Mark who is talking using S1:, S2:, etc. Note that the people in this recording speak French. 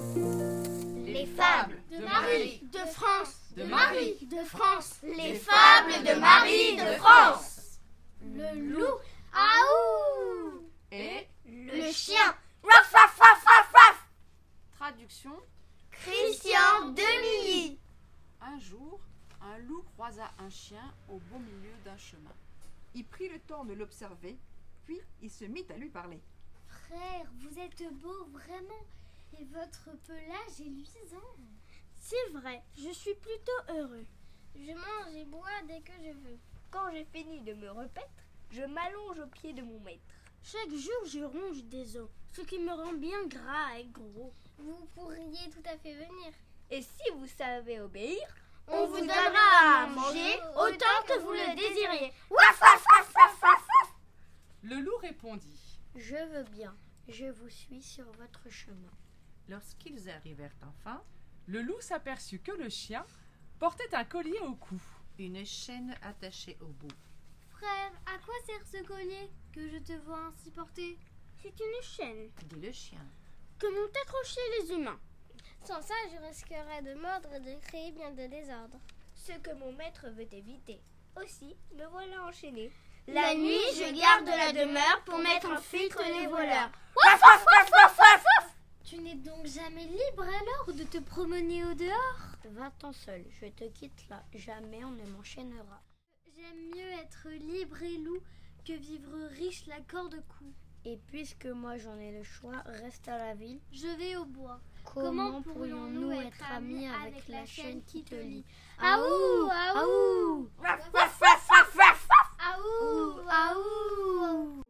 S1: Les fables
S2: de Marie,
S1: de France,
S2: de Marie,
S1: de France.
S2: Les fables de Marie de France.
S1: Le loup, aou
S2: et
S1: Le chien, raf, raf, raf, raf, raf.
S2: traduction
S1: Christian Demilly.
S2: Un jour, un loup croisa un chien au beau milieu d'un chemin.
S3: Il prit le temps de l'observer, puis il se mit à lui parler.
S4: Frère, vous êtes beau vraiment et votre pelage est luisant.
S5: C'est vrai, je suis plutôt heureux.
S4: Je mange et bois dès que je veux.
S1: Quand j'ai fini de me repaître, je m'allonge au pied de mon maître.
S5: Chaque jour, je ronge des os, ce qui me rend bien gras et gros.
S4: Vous pourriez tout à fait venir.
S1: Et si vous savez obéir,
S4: On vous donnera à manger autant que vous le désirez. Waf, waf, waf, waf, waf.
S2: Le loup répondit.
S4: Je veux bien. Je vous suis sur votre chemin.
S6: Lorsqu'ils arrivèrent enfin,
S2: Le loup s'aperçut que le chien portait un collier au cou.
S6: une chaîne attachée au bout.
S4: Frère, à quoi sert ce collier que je te vois ainsi porter
S5: C'est une chaîne
S6: dit le chien.
S5: que m'ont accroché les humains.
S4: Sans ça, je risquerais de mordre et de créer bien de désordre.
S1: ce que mon maître veut éviter. Aussi, me voilà enchaînée.
S4: La nuit, je garde la demeure pour mettre en fuite les voleurs. Tu n'es donc jamais libre alors de te promener au dehors
S5: Va-t'en seul, je te quitte là, jamais on ne m'enchaînera.
S4: J'aime mieux être libre et loup que vivre riche la corde au cou.
S5: Et puisque moi j'en ai le choix, reste à la ville.
S4: Je vais au bois.
S5: Comment, pourrions-nous être amis avec la chaîne qui te lie
S4: Aou, aou,
S5: Aouh
S4: aou, aou.